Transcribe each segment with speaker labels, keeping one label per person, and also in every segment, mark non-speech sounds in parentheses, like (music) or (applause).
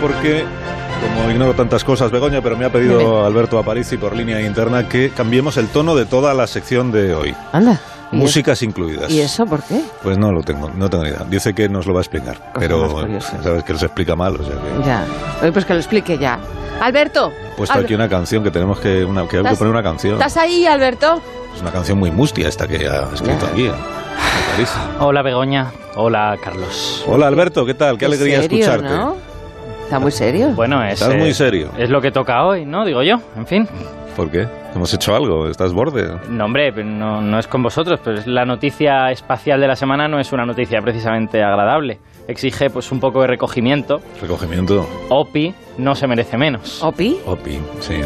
Speaker 1: porque, como ignoro tantas cosas, Begoña, pero me ha pedido Alberto Aparici por línea interna que cambiemos el tono de toda la sección de hoy.
Speaker 2: Anda. ¿y
Speaker 1: Músicas
Speaker 2: eso-
Speaker 1: incluidas.
Speaker 2: ¿Y eso por qué?
Speaker 1: Pues no lo tengo, no tengo ni idea. Dice que nos lo va a explicar,
Speaker 2: más
Speaker 1: pero
Speaker 2: curiosa.
Speaker 1: ya sabes que él se explica mal, o sea que
Speaker 2: Ya. Oye, pues que lo explique ya. Alberto.
Speaker 1: he puesto
Speaker 2: Al-
Speaker 1: Pues aquí una canción que tenemos que, una, que, hay que
Speaker 2: ¿Estás-
Speaker 1: poner una canción.
Speaker 2: ¿Estás ahí, Alberto?
Speaker 1: Es una canción muy mustia esta que ha escrito
Speaker 2: Ya. (laughs)
Speaker 1: aquí. Aparici.
Speaker 3: Hola Begoña, hola Carlos.
Speaker 1: Hola Alberto, ¿qué tal? Qué alegría
Speaker 2: serio,
Speaker 1: escucharte. Pues,
Speaker 2: ¿no? Está muy serio.
Speaker 3: Bueno, es,
Speaker 1: Estás
Speaker 3: eh,
Speaker 1: muy serio.
Speaker 3: es lo que toca hoy, ¿no? Digo yo, en fin.
Speaker 1: ¿Por qué? ¿Hemos hecho algo? ¿Estás borde?
Speaker 3: No, hombre, no, no es con vosotros, pero es la noticia espacial de la semana no es una noticia precisamente agradable. Exige pues un poco de recogimiento.
Speaker 1: Recogimiento.
Speaker 3: OPI no se merece menos.
Speaker 2: ¿Opi?
Speaker 1: Opi, sí.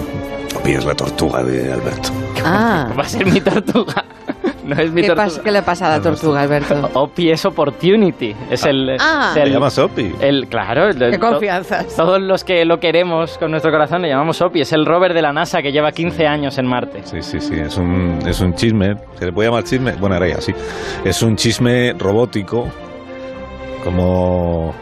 Speaker 1: Opi es la tortuga de Alberto.
Speaker 2: Ah.
Speaker 3: Va a ser mi tortuga. (laughs) No es mi
Speaker 2: ¿Qué,
Speaker 3: tortuga.
Speaker 2: pasa- qué le pasa a la tortuga, Alberto?
Speaker 3: OPI es Opportunity. Es el...
Speaker 2: Ah.
Speaker 3: es
Speaker 1: ¿Te
Speaker 3: el-
Speaker 1: llamas Opi?
Speaker 3: el- claro, el-
Speaker 2: Qué
Speaker 3: el- to-
Speaker 2: confianzas.
Speaker 3: Todos los que lo queremos con nuestro corazón le llamamos OPI. Es el rover de la NASA que lleva 15 años en Marte.
Speaker 1: Sí, sí, sí, es un, es un chisme. ¿Se le puede llamar chisme? Bueno, ahora ya sí. Es un chisme robótico, como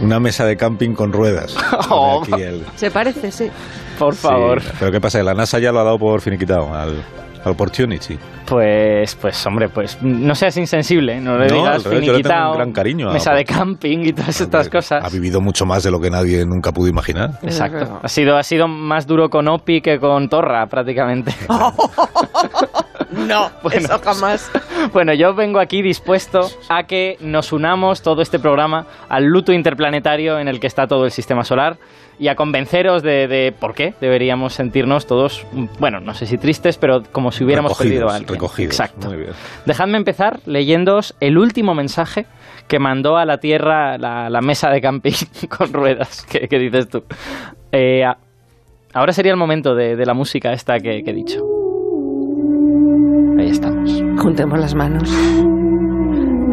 Speaker 1: una mesa de camping con
Speaker 3: (laughs)
Speaker 1: ruedas.
Speaker 3: Oh,
Speaker 1: Pone aquí el-
Speaker 2: Se parece, sí.
Speaker 3: Por
Speaker 1: sí.
Speaker 3: favor.
Speaker 1: Pero ¿qué pasa? Que La NASA ya lo ha dado por finiquitado, al, al Opportunity.
Speaker 3: Pues, pues hombre, pues no seas insensible, no le
Speaker 1: No, al revés,
Speaker 3: digas
Speaker 1: yo le tengo
Speaker 3: finiquitado,
Speaker 1: un gran cariño a-
Speaker 3: mesa de camping y todas estas
Speaker 1: Ha
Speaker 3: cosas.
Speaker 1: vivido mucho más de lo que nadie nunca pudo imaginar.
Speaker 3: Exacto. Ha sido, ha sido más duro con Opi que con Torra, prácticamente. (laughs)
Speaker 2: (laughs) No,
Speaker 3: Bueno,
Speaker 2: eso jamás.
Speaker 3: bueno, yo vengo aquí dispuesto a que nos unamos todo este programa al luto interplanetario en el que está todo el sistema solar y a convenceros de, de por qué deberíamos sentirnos todos, mm, bueno, no sé si tristes, pero como si hubiéramos
Speaker 1: Recogidos,
Speaker 3: perdido a alguien.
Speaker 1: recogidos.
Speaker 3: Exacto.
Speaker 1: Muy bien.
Speaker 3: Dejadme empezar leyéndoos el último mensaje que mandó a la Tierra la, la mesa de camping (laughs) con ruedas. ¿Qué, qué dices tú? Eh, a- ahora sería el momento de, de la música esta que, que he dicho. Ahí estamos.
Speaker 2: Juntemos las manos.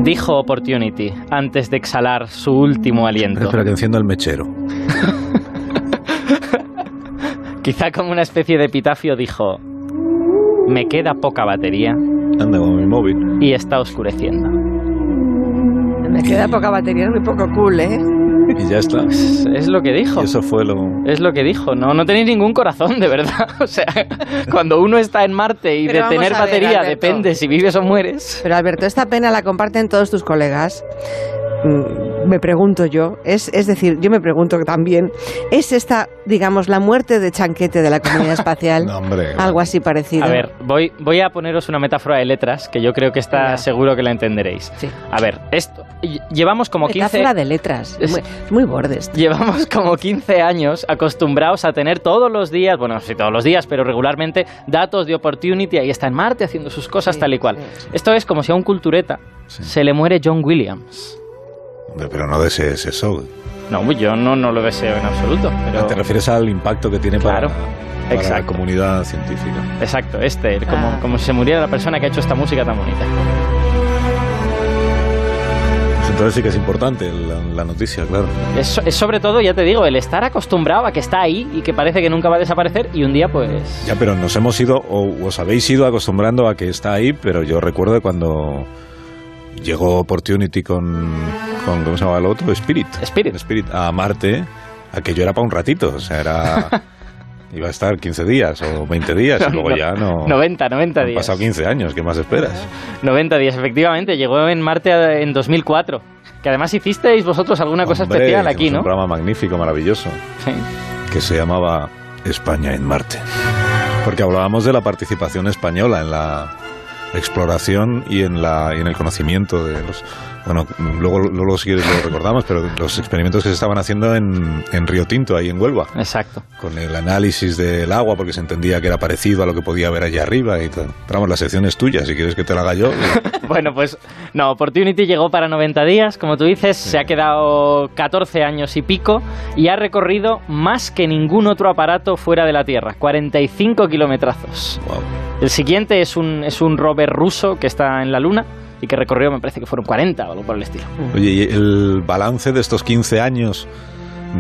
Speaker 3: Dijo Opportunity antes de exhalar su último aliento.
Speaker 1: Espera que encienda el mechero.
Speaker 3: Quizá como una especie de epitafio dijo... Me queda poca batería
Speaker 1: Anda con mi móvil.
Speaker 3: y está oscureciendo.
Speaker 2: Me queda poca batería, es muy poco cool, ¿eh?
Speaker 1: Y ya está.
Speaker 3: Es, es lo que dijo.
Speaker 1: Y eso fue lo...
Speaker 3: Es lo que dijo, no, no tenéis ningún corazón, de verdad. (laughs) O sea, cuando uno está en Marte y
Speaker 2: Pero
Speaker 3: de
Speaker 2: vamos
Speaker 3: tener
Speaker 2: a ver,
Speaker 3: batería
Speaker 2: Alberto.
Speaker 3: depende si vives o mueres.
Speaker 2: Pero Alberto, esta pena la comparten todos tus colegas. Mm, Me pregunto yo, es, es decir, yo me pregunto también, ¿es esta, digamos, la muerte de chanquete de
Speaker 1: (laughs)
Speaker 2: la comunidad espacial?
Speaker 1: No, hombre.
Speaker 2: Algo así parecido.
Speaker 3: A ver, voy, voy a poneros una metáfora de letras que yo creo que está
Speaker 2: Venga.
Speaker 3: seguro que la entenderéis.
Speaker 2: Sí.
Speaker 3: A ver, esto. ll- Llevamos como 15.
Speaker 2: Metáfora de letras.
Speaker 3: Es-
Speaker 2: Muy, muy bordes.
Speaker 3: Llevamos como 15 años acostumbrados a tener todos los días, bueno, no sé si todos los días, pero regularmente, datos de Opportunity. Ahí está en Marte haciendo sus cosas
Speaker 2: Sí,
Speaker 3: tal y cual.
Speaker 2: sí, sí.
Speaker 3: Esto es como si a un cultureta
Speaker 1: Sí.
Speaker 3: se le muere John Williams.
Speaker 1: Hombre, pero no desees eso.
Speaker 3: No, yo no, no lo deseo en absoluto. Pero...
Speaker 1: Te refieres al impacto que tiene para-
Speaker 3: Claro,
Speaker 1: para, la
Speaker 3: exacto.
Speaker 1: comunidad científica.
Speaker 3: Exacto, este, el como,
Speaker 2: Ah.
Speaker 3: como si se muriera la persona que ha hecho esta música tan bonita.
Speaker 1: Pues entonces sí que es importante la, la noticia, claro.
Speaker 3: Es, so- es sobre todo, ya te digo, el estar acostumbrado a que está ahí y que parece que nunca va a desaparecer y un día pues...
Speaker 1: Ya, pero nos hemos ido, o os habéis ido acostumbrando a que está ahí, pero yo recuerdo cuando llegó Opportunity con, con ¿cómo se llamaba el otro? Spirit.
Speaker 3: Spirit.
Speaker 1: Spirit a Marte, aquello era para un ratito, o sea,
Speaker 3: (laughs)
Speaker 1: era... Iba a estar 15 días o 20 días y luego
Speaker 3: No,
Speaker 1: ya no...
Speaker 3: 90, 90
Speaker 1: Han
Speaker 3: días.
Speaker 1: pasado 15 años, ¿qué más esperas?
Speaker 3: 90 días, efectivamente, llegó en Marte a- en 2004. Que además hicisteis vosotros alguna cosa
Speaker 1: Hombre,
Speaker 3: especial
Speaker 1: hicimos
Speaker 3: aquí, ¿no?
Speaker 1: Un programa magnífico, maravilloso,
Speaker 3: Sí.
Speaker 1: que se llamaba España en Marte. Porque hablábamos de la participación española en la exploración y en, la, y en el conocimiento de los... Bueno, luego, luego si quieres lo recordamos, pero los experimentos que se estaban haciendo en, en Río Tinto, ahí en Huelva,
Speaker 3: Exacto.
Speaker 1: con el análisis del agua, porque se entendía que era parecido a lo que podía haber allá arriba y tal. Pero vamos, la sección es tuya, si quieres que te la haga yo.
Speaker 3: Bueno, pues no, Opportunity llegó para 90 días, como tú dices, se ha quedado 14 años y pico y ha recorrido más que ningún otro aparato fuera de la Tierra, 45 kilometrazos.
Speaker 1: (laughs) Guau.
Speaker 3: El siguiente es un, es un rover ruso que está en la Luna y que recorrió, me parece que fueron 40 o algo por el estilo.
Speaker 1: Oye, ¿y el balance de estos 15 años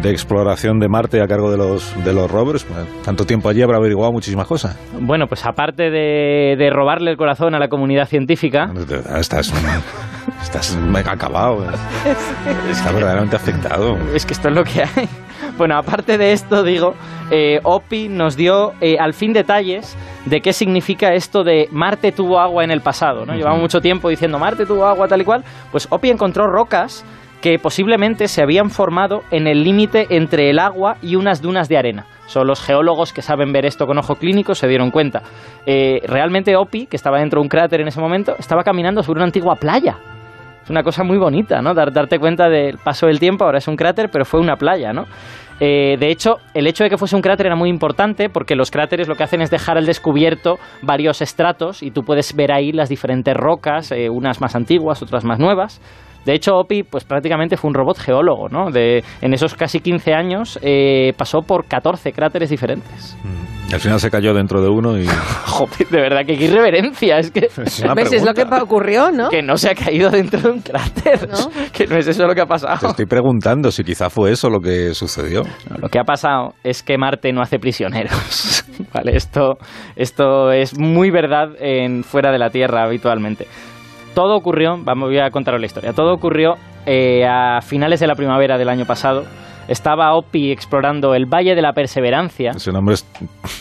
Speaker 1: de exploración de Marte a cargo de los, de los rovers, bueno, tanto tiempo allí habrá averiguado muchísimas cosas.
Speaker 3: Bueno, pues aparte de, de robarle el corazón a la comunidad científica,
Speaker 1: De verdad, Estás, estás mega acabado, eh. está verdaderamente afectado.
Speaker 3: es que esto es lo que hay. (laughs) Bueno, aparte de esto, digo, eh, Opi nos dio eh, al fin detalles de qué significa esto de Marte tuvo agua en el pasado. ¿no? Llevamos mucho tiempo diciendo Marte tuvo agua tal y cual. Pues Opi encontró rocas que posiblemente se habían formado en el límite entre el agua y unas dunas de arena. Son los geólogos que saben ver esto con ojo clínico se dieron cuenta. Eh, realmente Opi, que estaba dentro de un cráter en ese momento, estaba caminando sobre una antigua playa. Es una cosa muy bonita, ¿no? Dar- darte cuenta del paso del tiempo, ahora es un cráter, pero fue una playa, ¿no? Eh, de hecho, el hecho de que fuese un cráter era muy importante porque los cráteres lo que hacen es dejar al descubierto varios estratos y tú puedes ver ahí las diferentes rocas, eh, unas más antiguas, otras más nuevas. De hecho, Opi pues, prácticamente fue un robot geólogo, ¿no? De, en esos casi 15 años eh, pasó por 14 cráteres diferentes. (laughs)
Speaker 1: Y al final se cayó dentro de uno y...
Speaker 3: Joder, de verdad que qué irreverencia,
Speaker 1: (laughs)
Speaker 3: es que,
Speaker 1: Es una
Speaker 2: ¿Ves? Es lo que
Speaker 1: pregunta.
Speaker 2: pa- ocurrió, ¿no?
Speaker 3: que no se ha caído dentro de un cráter,
Speaker 2: ¿No?
Speaker 3: (laughs) que no es eso lo que ha pasado.
Speaker 1: Te estoy preguntando si quizá fue eso lo que sucedió.
Speaker 3: No, Lo que ha pasado es que Marte no hace prisioneros. (laughs) vale, esto, esto es muy verdad en fuera de la Tierra habitualmente. Todo ocurrió, vamos, voy a contaros la historia. Todo ocurrió eh, a finales de la primavera del año pasado. Estaba Opi explorando el Valle de la Perseverancia.
Speaker 1: (laughs) Ese nombre, es...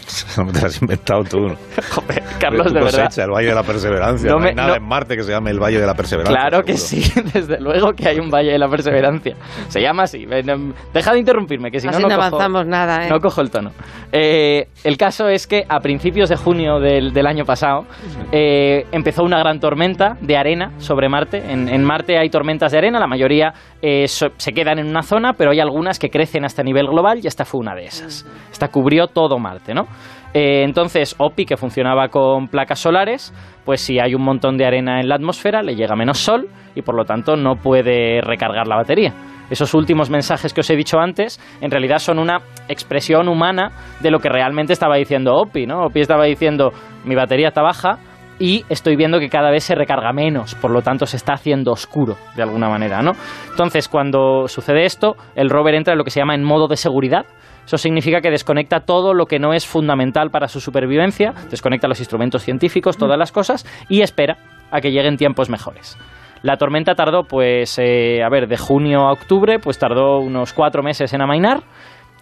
Speaker 1: ese nombre te lo has inventado tú. ¿no?
Speaker 3: Joder, (laughs) Carlos,
Speaker 1: Tu
Speaker 3: de verdad.
Speaker 1: cosecha, el Valle de la Perseverancia.
Speaker 3: No
Speaker 1: No,
Speaker 3: me-
Speaker 1: hay nada
Speaker 3: no.
Speaker 1: en Marte que se llame el Valle de la Perseverancia.
Speaker 3: Claro que
Speaker 1: seguro.
Speaker 3: sí, (laughs) desde luego que hay un Valle de la Perseverancia. Se llama así. Ven, em, Deja de interrumpirme, que si no,
Speaker 2: Así
Speaker 3: no
Speaker 2: no,
Speaker 3: cojo-
Speaker 2: avanzamos nada, ¿eh?
Speaker 3: No cojo el tono. Eh, el caso es que a principios de junio del, del año pasado eh, empezó una gran tormenta de arena sobre Marte. En, en Marte hay tormentas de arena, la mayoría eh, so- se quedan en una zona, pero hay algunas que crecen hasta nivel global y esta fue una de esas. Esta cubrió todo Marte, ¿no? Eh, entonces, OPI, que funcionaba con placas solares, pues si hay un montón de arena en la atmósfera, le llega menos sol y por lo tanto no puede recargar la batería. Esos últimos mensajes que os he dicho antes, en realidad son una expresión humana de lo que realmente estaba diciendo Opi, ¿no? Opi estaba diciendo, mi batería está baja y estoy viendo que cada vez se recarga menos, por lo tanto se está haciendo oscuro de alguna manera, ¿no? Entonces, cuando sucede esto, el rover entra en lo que se llama en modo de seguridad. Eso significa que desconecta todo lo que no es fundamental para su supervivencia, desconecta los instrumentos científicos, todas las cosas, y espera a que lleguen tiempos mejores. La tormenta tardó, pues, eh, a ver, de junio a octubre, pues tardó unos cuatro meses en amainar.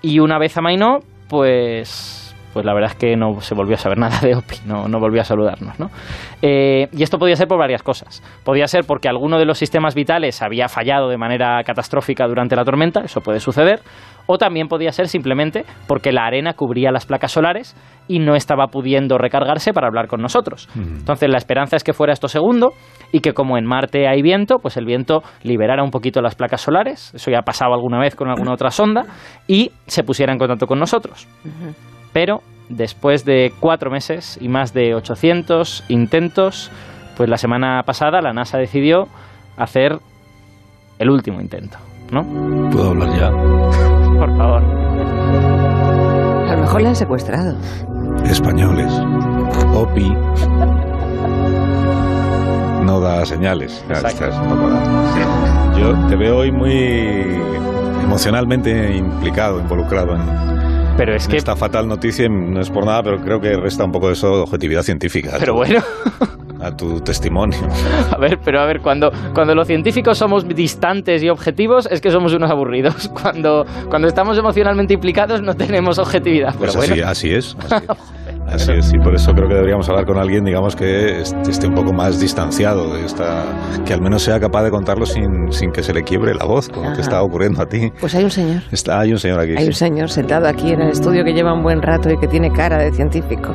Speaker 3: Y una vez amainó, pues, pues la verdad es que no se volvió a saber (laughs) nada de Opi, no, no volvió a saludarnos, ¿no? Eh, y esto podía ser por varias cosas. Podía ser porque alguno de los sistemas vitales había fallado de manera catastrófica durante la tormenta, eso puede suceder. O también podía ser simplemente porque la arena cubría las placas solares y no estaba pudiendo recargarse para hablar con nosotros.
Speaker 1: Mm.
Speaker 3: Entonces la esperanza es que fuera esto segundo y que como en Marte hay viento, pues el viento liberara un poquito las placas solares, eso ya ha pasado alguna vez con alguna otra sonda, y se pusiera en contacto con nosotros. Pero después de cuatro meses y más de 800 intentos, pues la semana pasada la NASA decidió hacer el último intento, ¿no?
Speaker 1: Puedo hablar ya
Speaker 3: Por favor.
Speaker 2: A lo mejor le han secuestrado.
Speaker 1: españoles. Opi. No da señales. Ya,
Speaker 3: Exacto.
Speaker 1: estás un poco da- Yo te veo hoy muy emocionalmente implicado, involucrado en,
Speaker 3: Pero es
Speaker 1: en
Speaker 3: que...
Speaker 1: esta fatal noticia. y No es por nada, pero creo que resta un poco de eso de objetividad científica a
Speaker 3: Pero
Speaker 1: tu-
Speaker 3: bueno,
Speaker 1: a tu testimonio.
Speaker 3: (laughs) a ver, pero a ver, cuando, cuando los científicos somos distantes y objetivos, es que somos unos aburridos. (laughs) Cuando, cuando estamos emocionalmente implicados no tenemos objetividad.
Speaker 1: Pues
Speaker 3: pero bueno,
Speaker 1: así, así es.
Speaker 3: (laughs)
Speaker 1: Así, así es, y por eso creo que deberíamos hablar con alguien, digamos, que est- esté un poco más distanciado de esta. que al menos sea capaz de contarlo sin, sin que se le quiebre la voz, como
Speaker 2: Ajá.
Speaker 1: te está ocurriendo a ti.
Speaker 2: Pues hay un señor.
Speaker 1: Está, hay un señor aquí.
Speaker 2: Hay un
Speaker 1: sí.
Speaker 2: señor sentado aquí en el estudio que lleva un buen rato y que tiene cara de científico.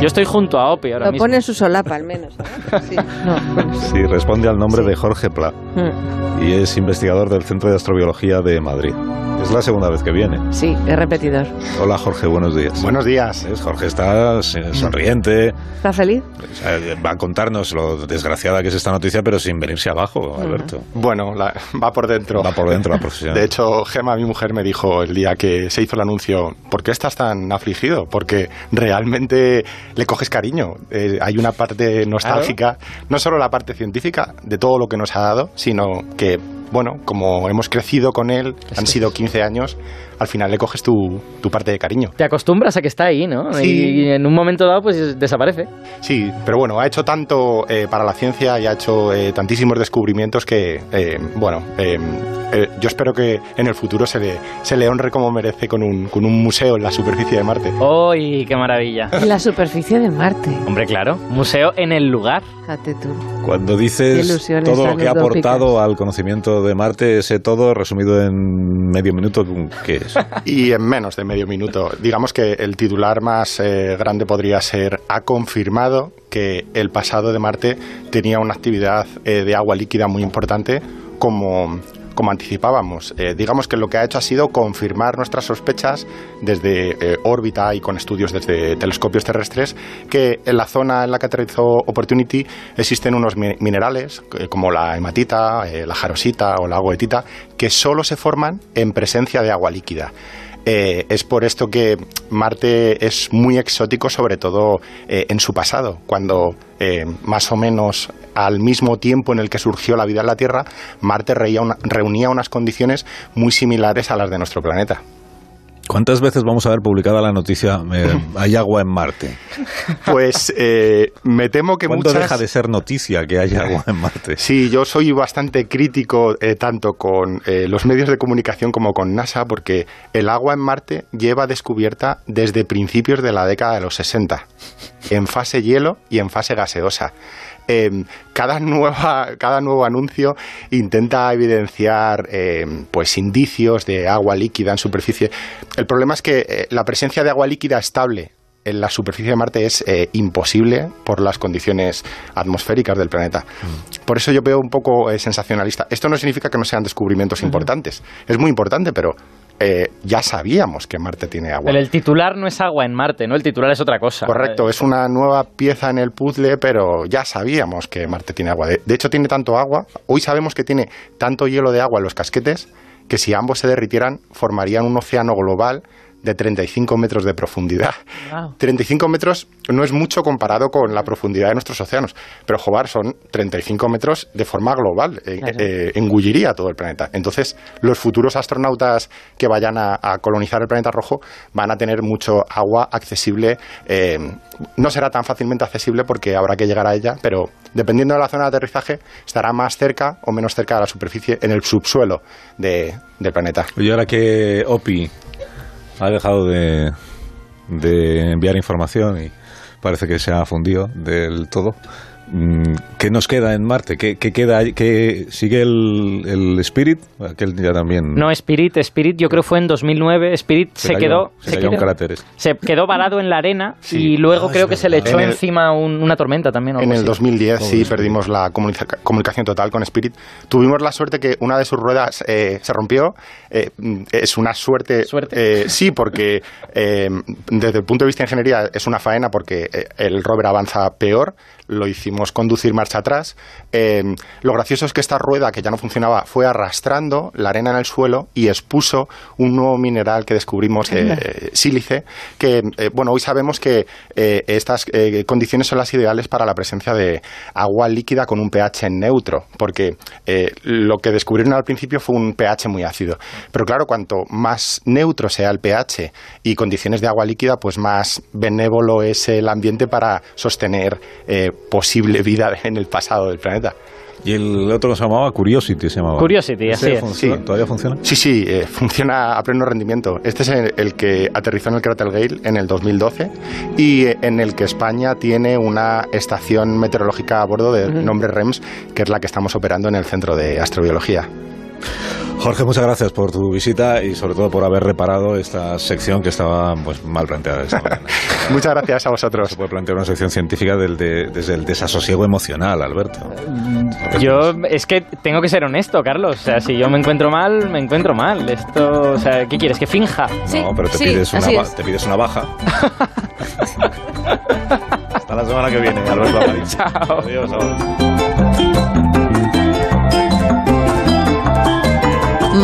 Speaker 3: yo estoy junto a Opi ahora
Speaker 2: Lo
Speaker 3: mismo.
Speaker 2: pone en su solapa, al menos.
Speaker 3: (laughs)
Speaker 2: ¿no? Sí, no.
Speaker 1: Sí, responde al nombre de Jorge Pla
Speaker 2: Mm,
Speaker 1: y es investigador del Centro de Astrobiología de Madrid. Es la segunda vez que viene.
Speaker 2: Sí, es repetidor.
Speaker 1: Hola Jorge, buenos días.
Speaker 4: Buenos días.
Speaker 1: ¿Ves? Jorge está eh, sonriente,
Speaker 2: ¿Está feliz?
Speaker 1: o sea, va a contarnos lo desgraciada que es esta noticia, pero sin venirse abajo, Alberto.
Speaker 4: Bueno, la- (laughs) va por dentro.
Speaker 1: Va por dentro la profesión.
Speaker 4: De hecho, Gema, mi mujer, me dijo el día que se hizo el anuncio, ¿por qué estás tan afligido? Porque realmente le coges cariño. Eh, hay una parte nostálgica, no solo la parte científica de todo lo que nos ha dado, sino que bueno, como hemos crecido con él,
Speaker 3: Es
Speaker 1: Este.
Speaker 4: han
Speaker 3: que-
Speaker 4: sido 15 años, al final le coges tu, tu parte de cariño.
Speaker 3: Te acostumbras a que está ahí, ¿no?
Speaker 4: Sí.
Speaker 3: Y, y en un momento dado, pues desaparece.
Speaker 4: Sí, pero bueno, ha hecho tanto eh, para la ciencia y ha hecho eh, tantísimos descubrimientos que, eh, bueno, eh, eh, yo espero que en el futuro se le, se le honre como merece con un, con un museo en la superficie de Marte.
Speaker 3: ¡Uy, qué
Speaker 1: (laughs)
Speaker 3: maravilla!
Speaker 2: (laughs) En la superficie de Marte.
Speaker 3: Hombre, claro, museo en el lugar.
Speaker 2: Fíjate tú.
Speaker 1: Cuando
Speaker 2: Qué
Speaker 1: dices
Speaker 2: ilusiones
Speaker 1: todo lo
Speaker 2: tan
Speaker 1: que ha
Speaker 2: utópicas.
Speaker 1: aportado al conocimiento de Marte, ese todo resumido en medio minuto, ¿qué es?
Speaker 4: Y en menos de medio minuto, digamos que el titular más eh, grande podría ser, ha confirmado que el pasado de Marte tenía una actividad eh, de agua líquida muy importante como, como anticipábamos. Eh, digamos que lo que ha hecho ha sido confirmar nuestras sospechas desde eh, órbita y con estudios desde telescopios terrestres que en la zona en la que aterrizó Opportunity existen unos mi- minerales eh, como la hematita, eh, la jarosita o la goetita que solo se forman en presencia de agua líquida. Eh, es por esto que Marte es muy exótico, sobre todo eh, en su pasado, cuando eh, más o menos al mismo tiempo en el que surgió la vida en la Tierra, Marte reía una- reunía unas condiciones muy similares a las de nuestro
Speaker 1: (laughs)
Speaker 4: planeta.
Speaker 1: ¿Cuántas veces vamos a ver publicada la noticia (laughs) eh, hay agua en Marte?
Speaker 4: Pues eh, me temo que
Speaker 1: ¿Cuándo
Speaker 4: muchas...
Speaker 1: deja de ser noticia que hay agua en Marte?
Speaker 4: Sí, yo soy bastante crítico eh, tanto con eh, los medios de comunicación como con NASA porque el agua en Marte lleva descubierta desde principios de la década de los 60, en fase hielo y en fase gaseosa. Eh, cada, nueva, cada nuevo anuncio intenta evidenciar eh, pues indicios de agua líquida en superficie. El problema es que eh, la presencia de agua líquida estable en la superficie de Marte es eh, imposible por las condiciones atmosféricas del planeta. Por eso yo veo un poco eh, sensacionalista. Esto no significa que no sean descubrimientos importantes. Es muy importante, pero eh, ya sabíamos que Marte tiene agua.
Speaker 3: Pero el titular no es agua en Marte, ¿no? El titular es otra cosa.
Speaker 4: Correcto, es una nueva pieza en el puzzle, pero ya sabíamos que Marte tiene agua. De, de hecho, tiene tanto agua, hoy sabemos que tiene tanto hielo de agua en los casquetes, que si ambos se derritieran, formarían un océano global de 35 metros de profundidad.
Speaker 3: Wow.
Speaker 4: 35 metros no es mucho comparado con la profundidad de nuestros océanos, pero Jobar son 35 metros de forma global, eh,
Speaker 3: Claro.
Speaker 4: eh, engulliría todo el planeta. Entonces, los futuros astronautas que vayan a, a colonizar el planeta rojo van a tener mucho agua accesible. eh, no será tan fácilmente accesible porque habrá que llegar a ella, pero dependiendo de la zona de aterrizaje, estará más cerca o menos cerca de la superficie en el subsuelo de- del planeta.
Speaker 1: Y ahora que OPI ha dejado de, de enviar información y parece que se ha fundido del todo, mm, ¿qué nos queda en Marte? ¿Qué, qué queda? ahí? ¿Qué, ¿Sigue el, el Spirit? Aquel ya también
Speaker 3: No, Spirit, Spirit, yo creo fue en 2009. Spirit se,
Speaker 1: cayó-
Speaker 3: quedó.
Speaker 1: se cayó un cráter.
Speaker 3: se quedó varado en la arena
Speaker 4: Sí.
Speaker 3: y luego
Speaker 1: Ah,
Speaker 3: creo
Speaker 1: es
Speaker 3: que se le
Speaker 1: verdad.
Speaker 3: echó
Speaker 4: En el-
Speaker 3: encima un- una tormenta también. o
Speaker 4: En
Speaker 3: algo
Speaker 4: el
Speaker 3: así.
Speaker 4: 2010 sí
Speaker 1: Joder.
Speaker 4: perdimos la comunica- comunicación total con Spirit. Tuvimos la suerte que una de sus ruedas eh, se rompió. Eh, mm, es una suerte.
Speaker 3: Suerte.
Speaker 4: eh, sí, porque eh, desde el punto de vista de ingeniería es una faena porque eh, el rover avanza peor. Lo hicimos conducir marcha atrás. Eh, lo gracioso es que esta rueda que ya no funcionaba fue arrastrando la arena en el suelo y expuso un nuevo mineral que descubrimos, eh, eh, sílice, que eh, bueno, hoy sabemos que eh, estas eh, condiciones son las ideales para la presencia de agua líquida con un pH neutro, porque eh, lo que descubrieron al principio fue un pH muy ácido. Pero claro, cuanto más neutro sea el pH y condiciones de agua líquida, pues más benévolo es el ambiente para sostener eh, posible vida (laughs) en el pasado del planeta.
Speaker 1: Y el otro se llamaba Curiosity, se llamaba.
Speaker 3: Curiosity,
Speaker 1: ¿Ese
Speaker 3: así es.
Speaker 1: funciona?
Speaker 4: Sí.
Speaker 1: ¿Todavía funciona?
Speaker 4: Sí, sí, eh, funciona a pleno rendimiento. Este es el, el que aterrizó en el cráter Gale en el 2012 y eh, en el que España tiene una estación meteorológica a bordo de nombre REMS, que es la que estamos operando en el Centro de Astrobiología.
Speaker 1: Jorge, muchas gracias por tu visita y sobre todo por haber reparado esta sección que estaba pues, mal planteada esta mañana.
Speaker 4: Muchas gracias a
Speaker 1: Se
Speaker 4: vosotros.
Speaker 1: puede plantear una sección científica del de- desde el desasosiego emocional, Alberto.
Speaker 3: Mm, Yo es que tengo que ser honesto, Carlos. O sea, si yo me encuentro mal, me encuentro mal. Esto, o sea, ¿qué quieres? Que finja. (laughs)
Speaker 5: Sí,
Speaker 1: no, pero te,
Speaker 5: sí,
Speaker 1: pides una,
Speaker 5: así
Speaker 1: ba-
Speaker 5: es.
Speaker 1: te pides
Speaker 5: (laughs)
Speaker 1: una baja. Hasta la semana que viene, Alberto. Aparicio.
Speaker 3: Chao.
Speaker 1: Adiós. Álvaro.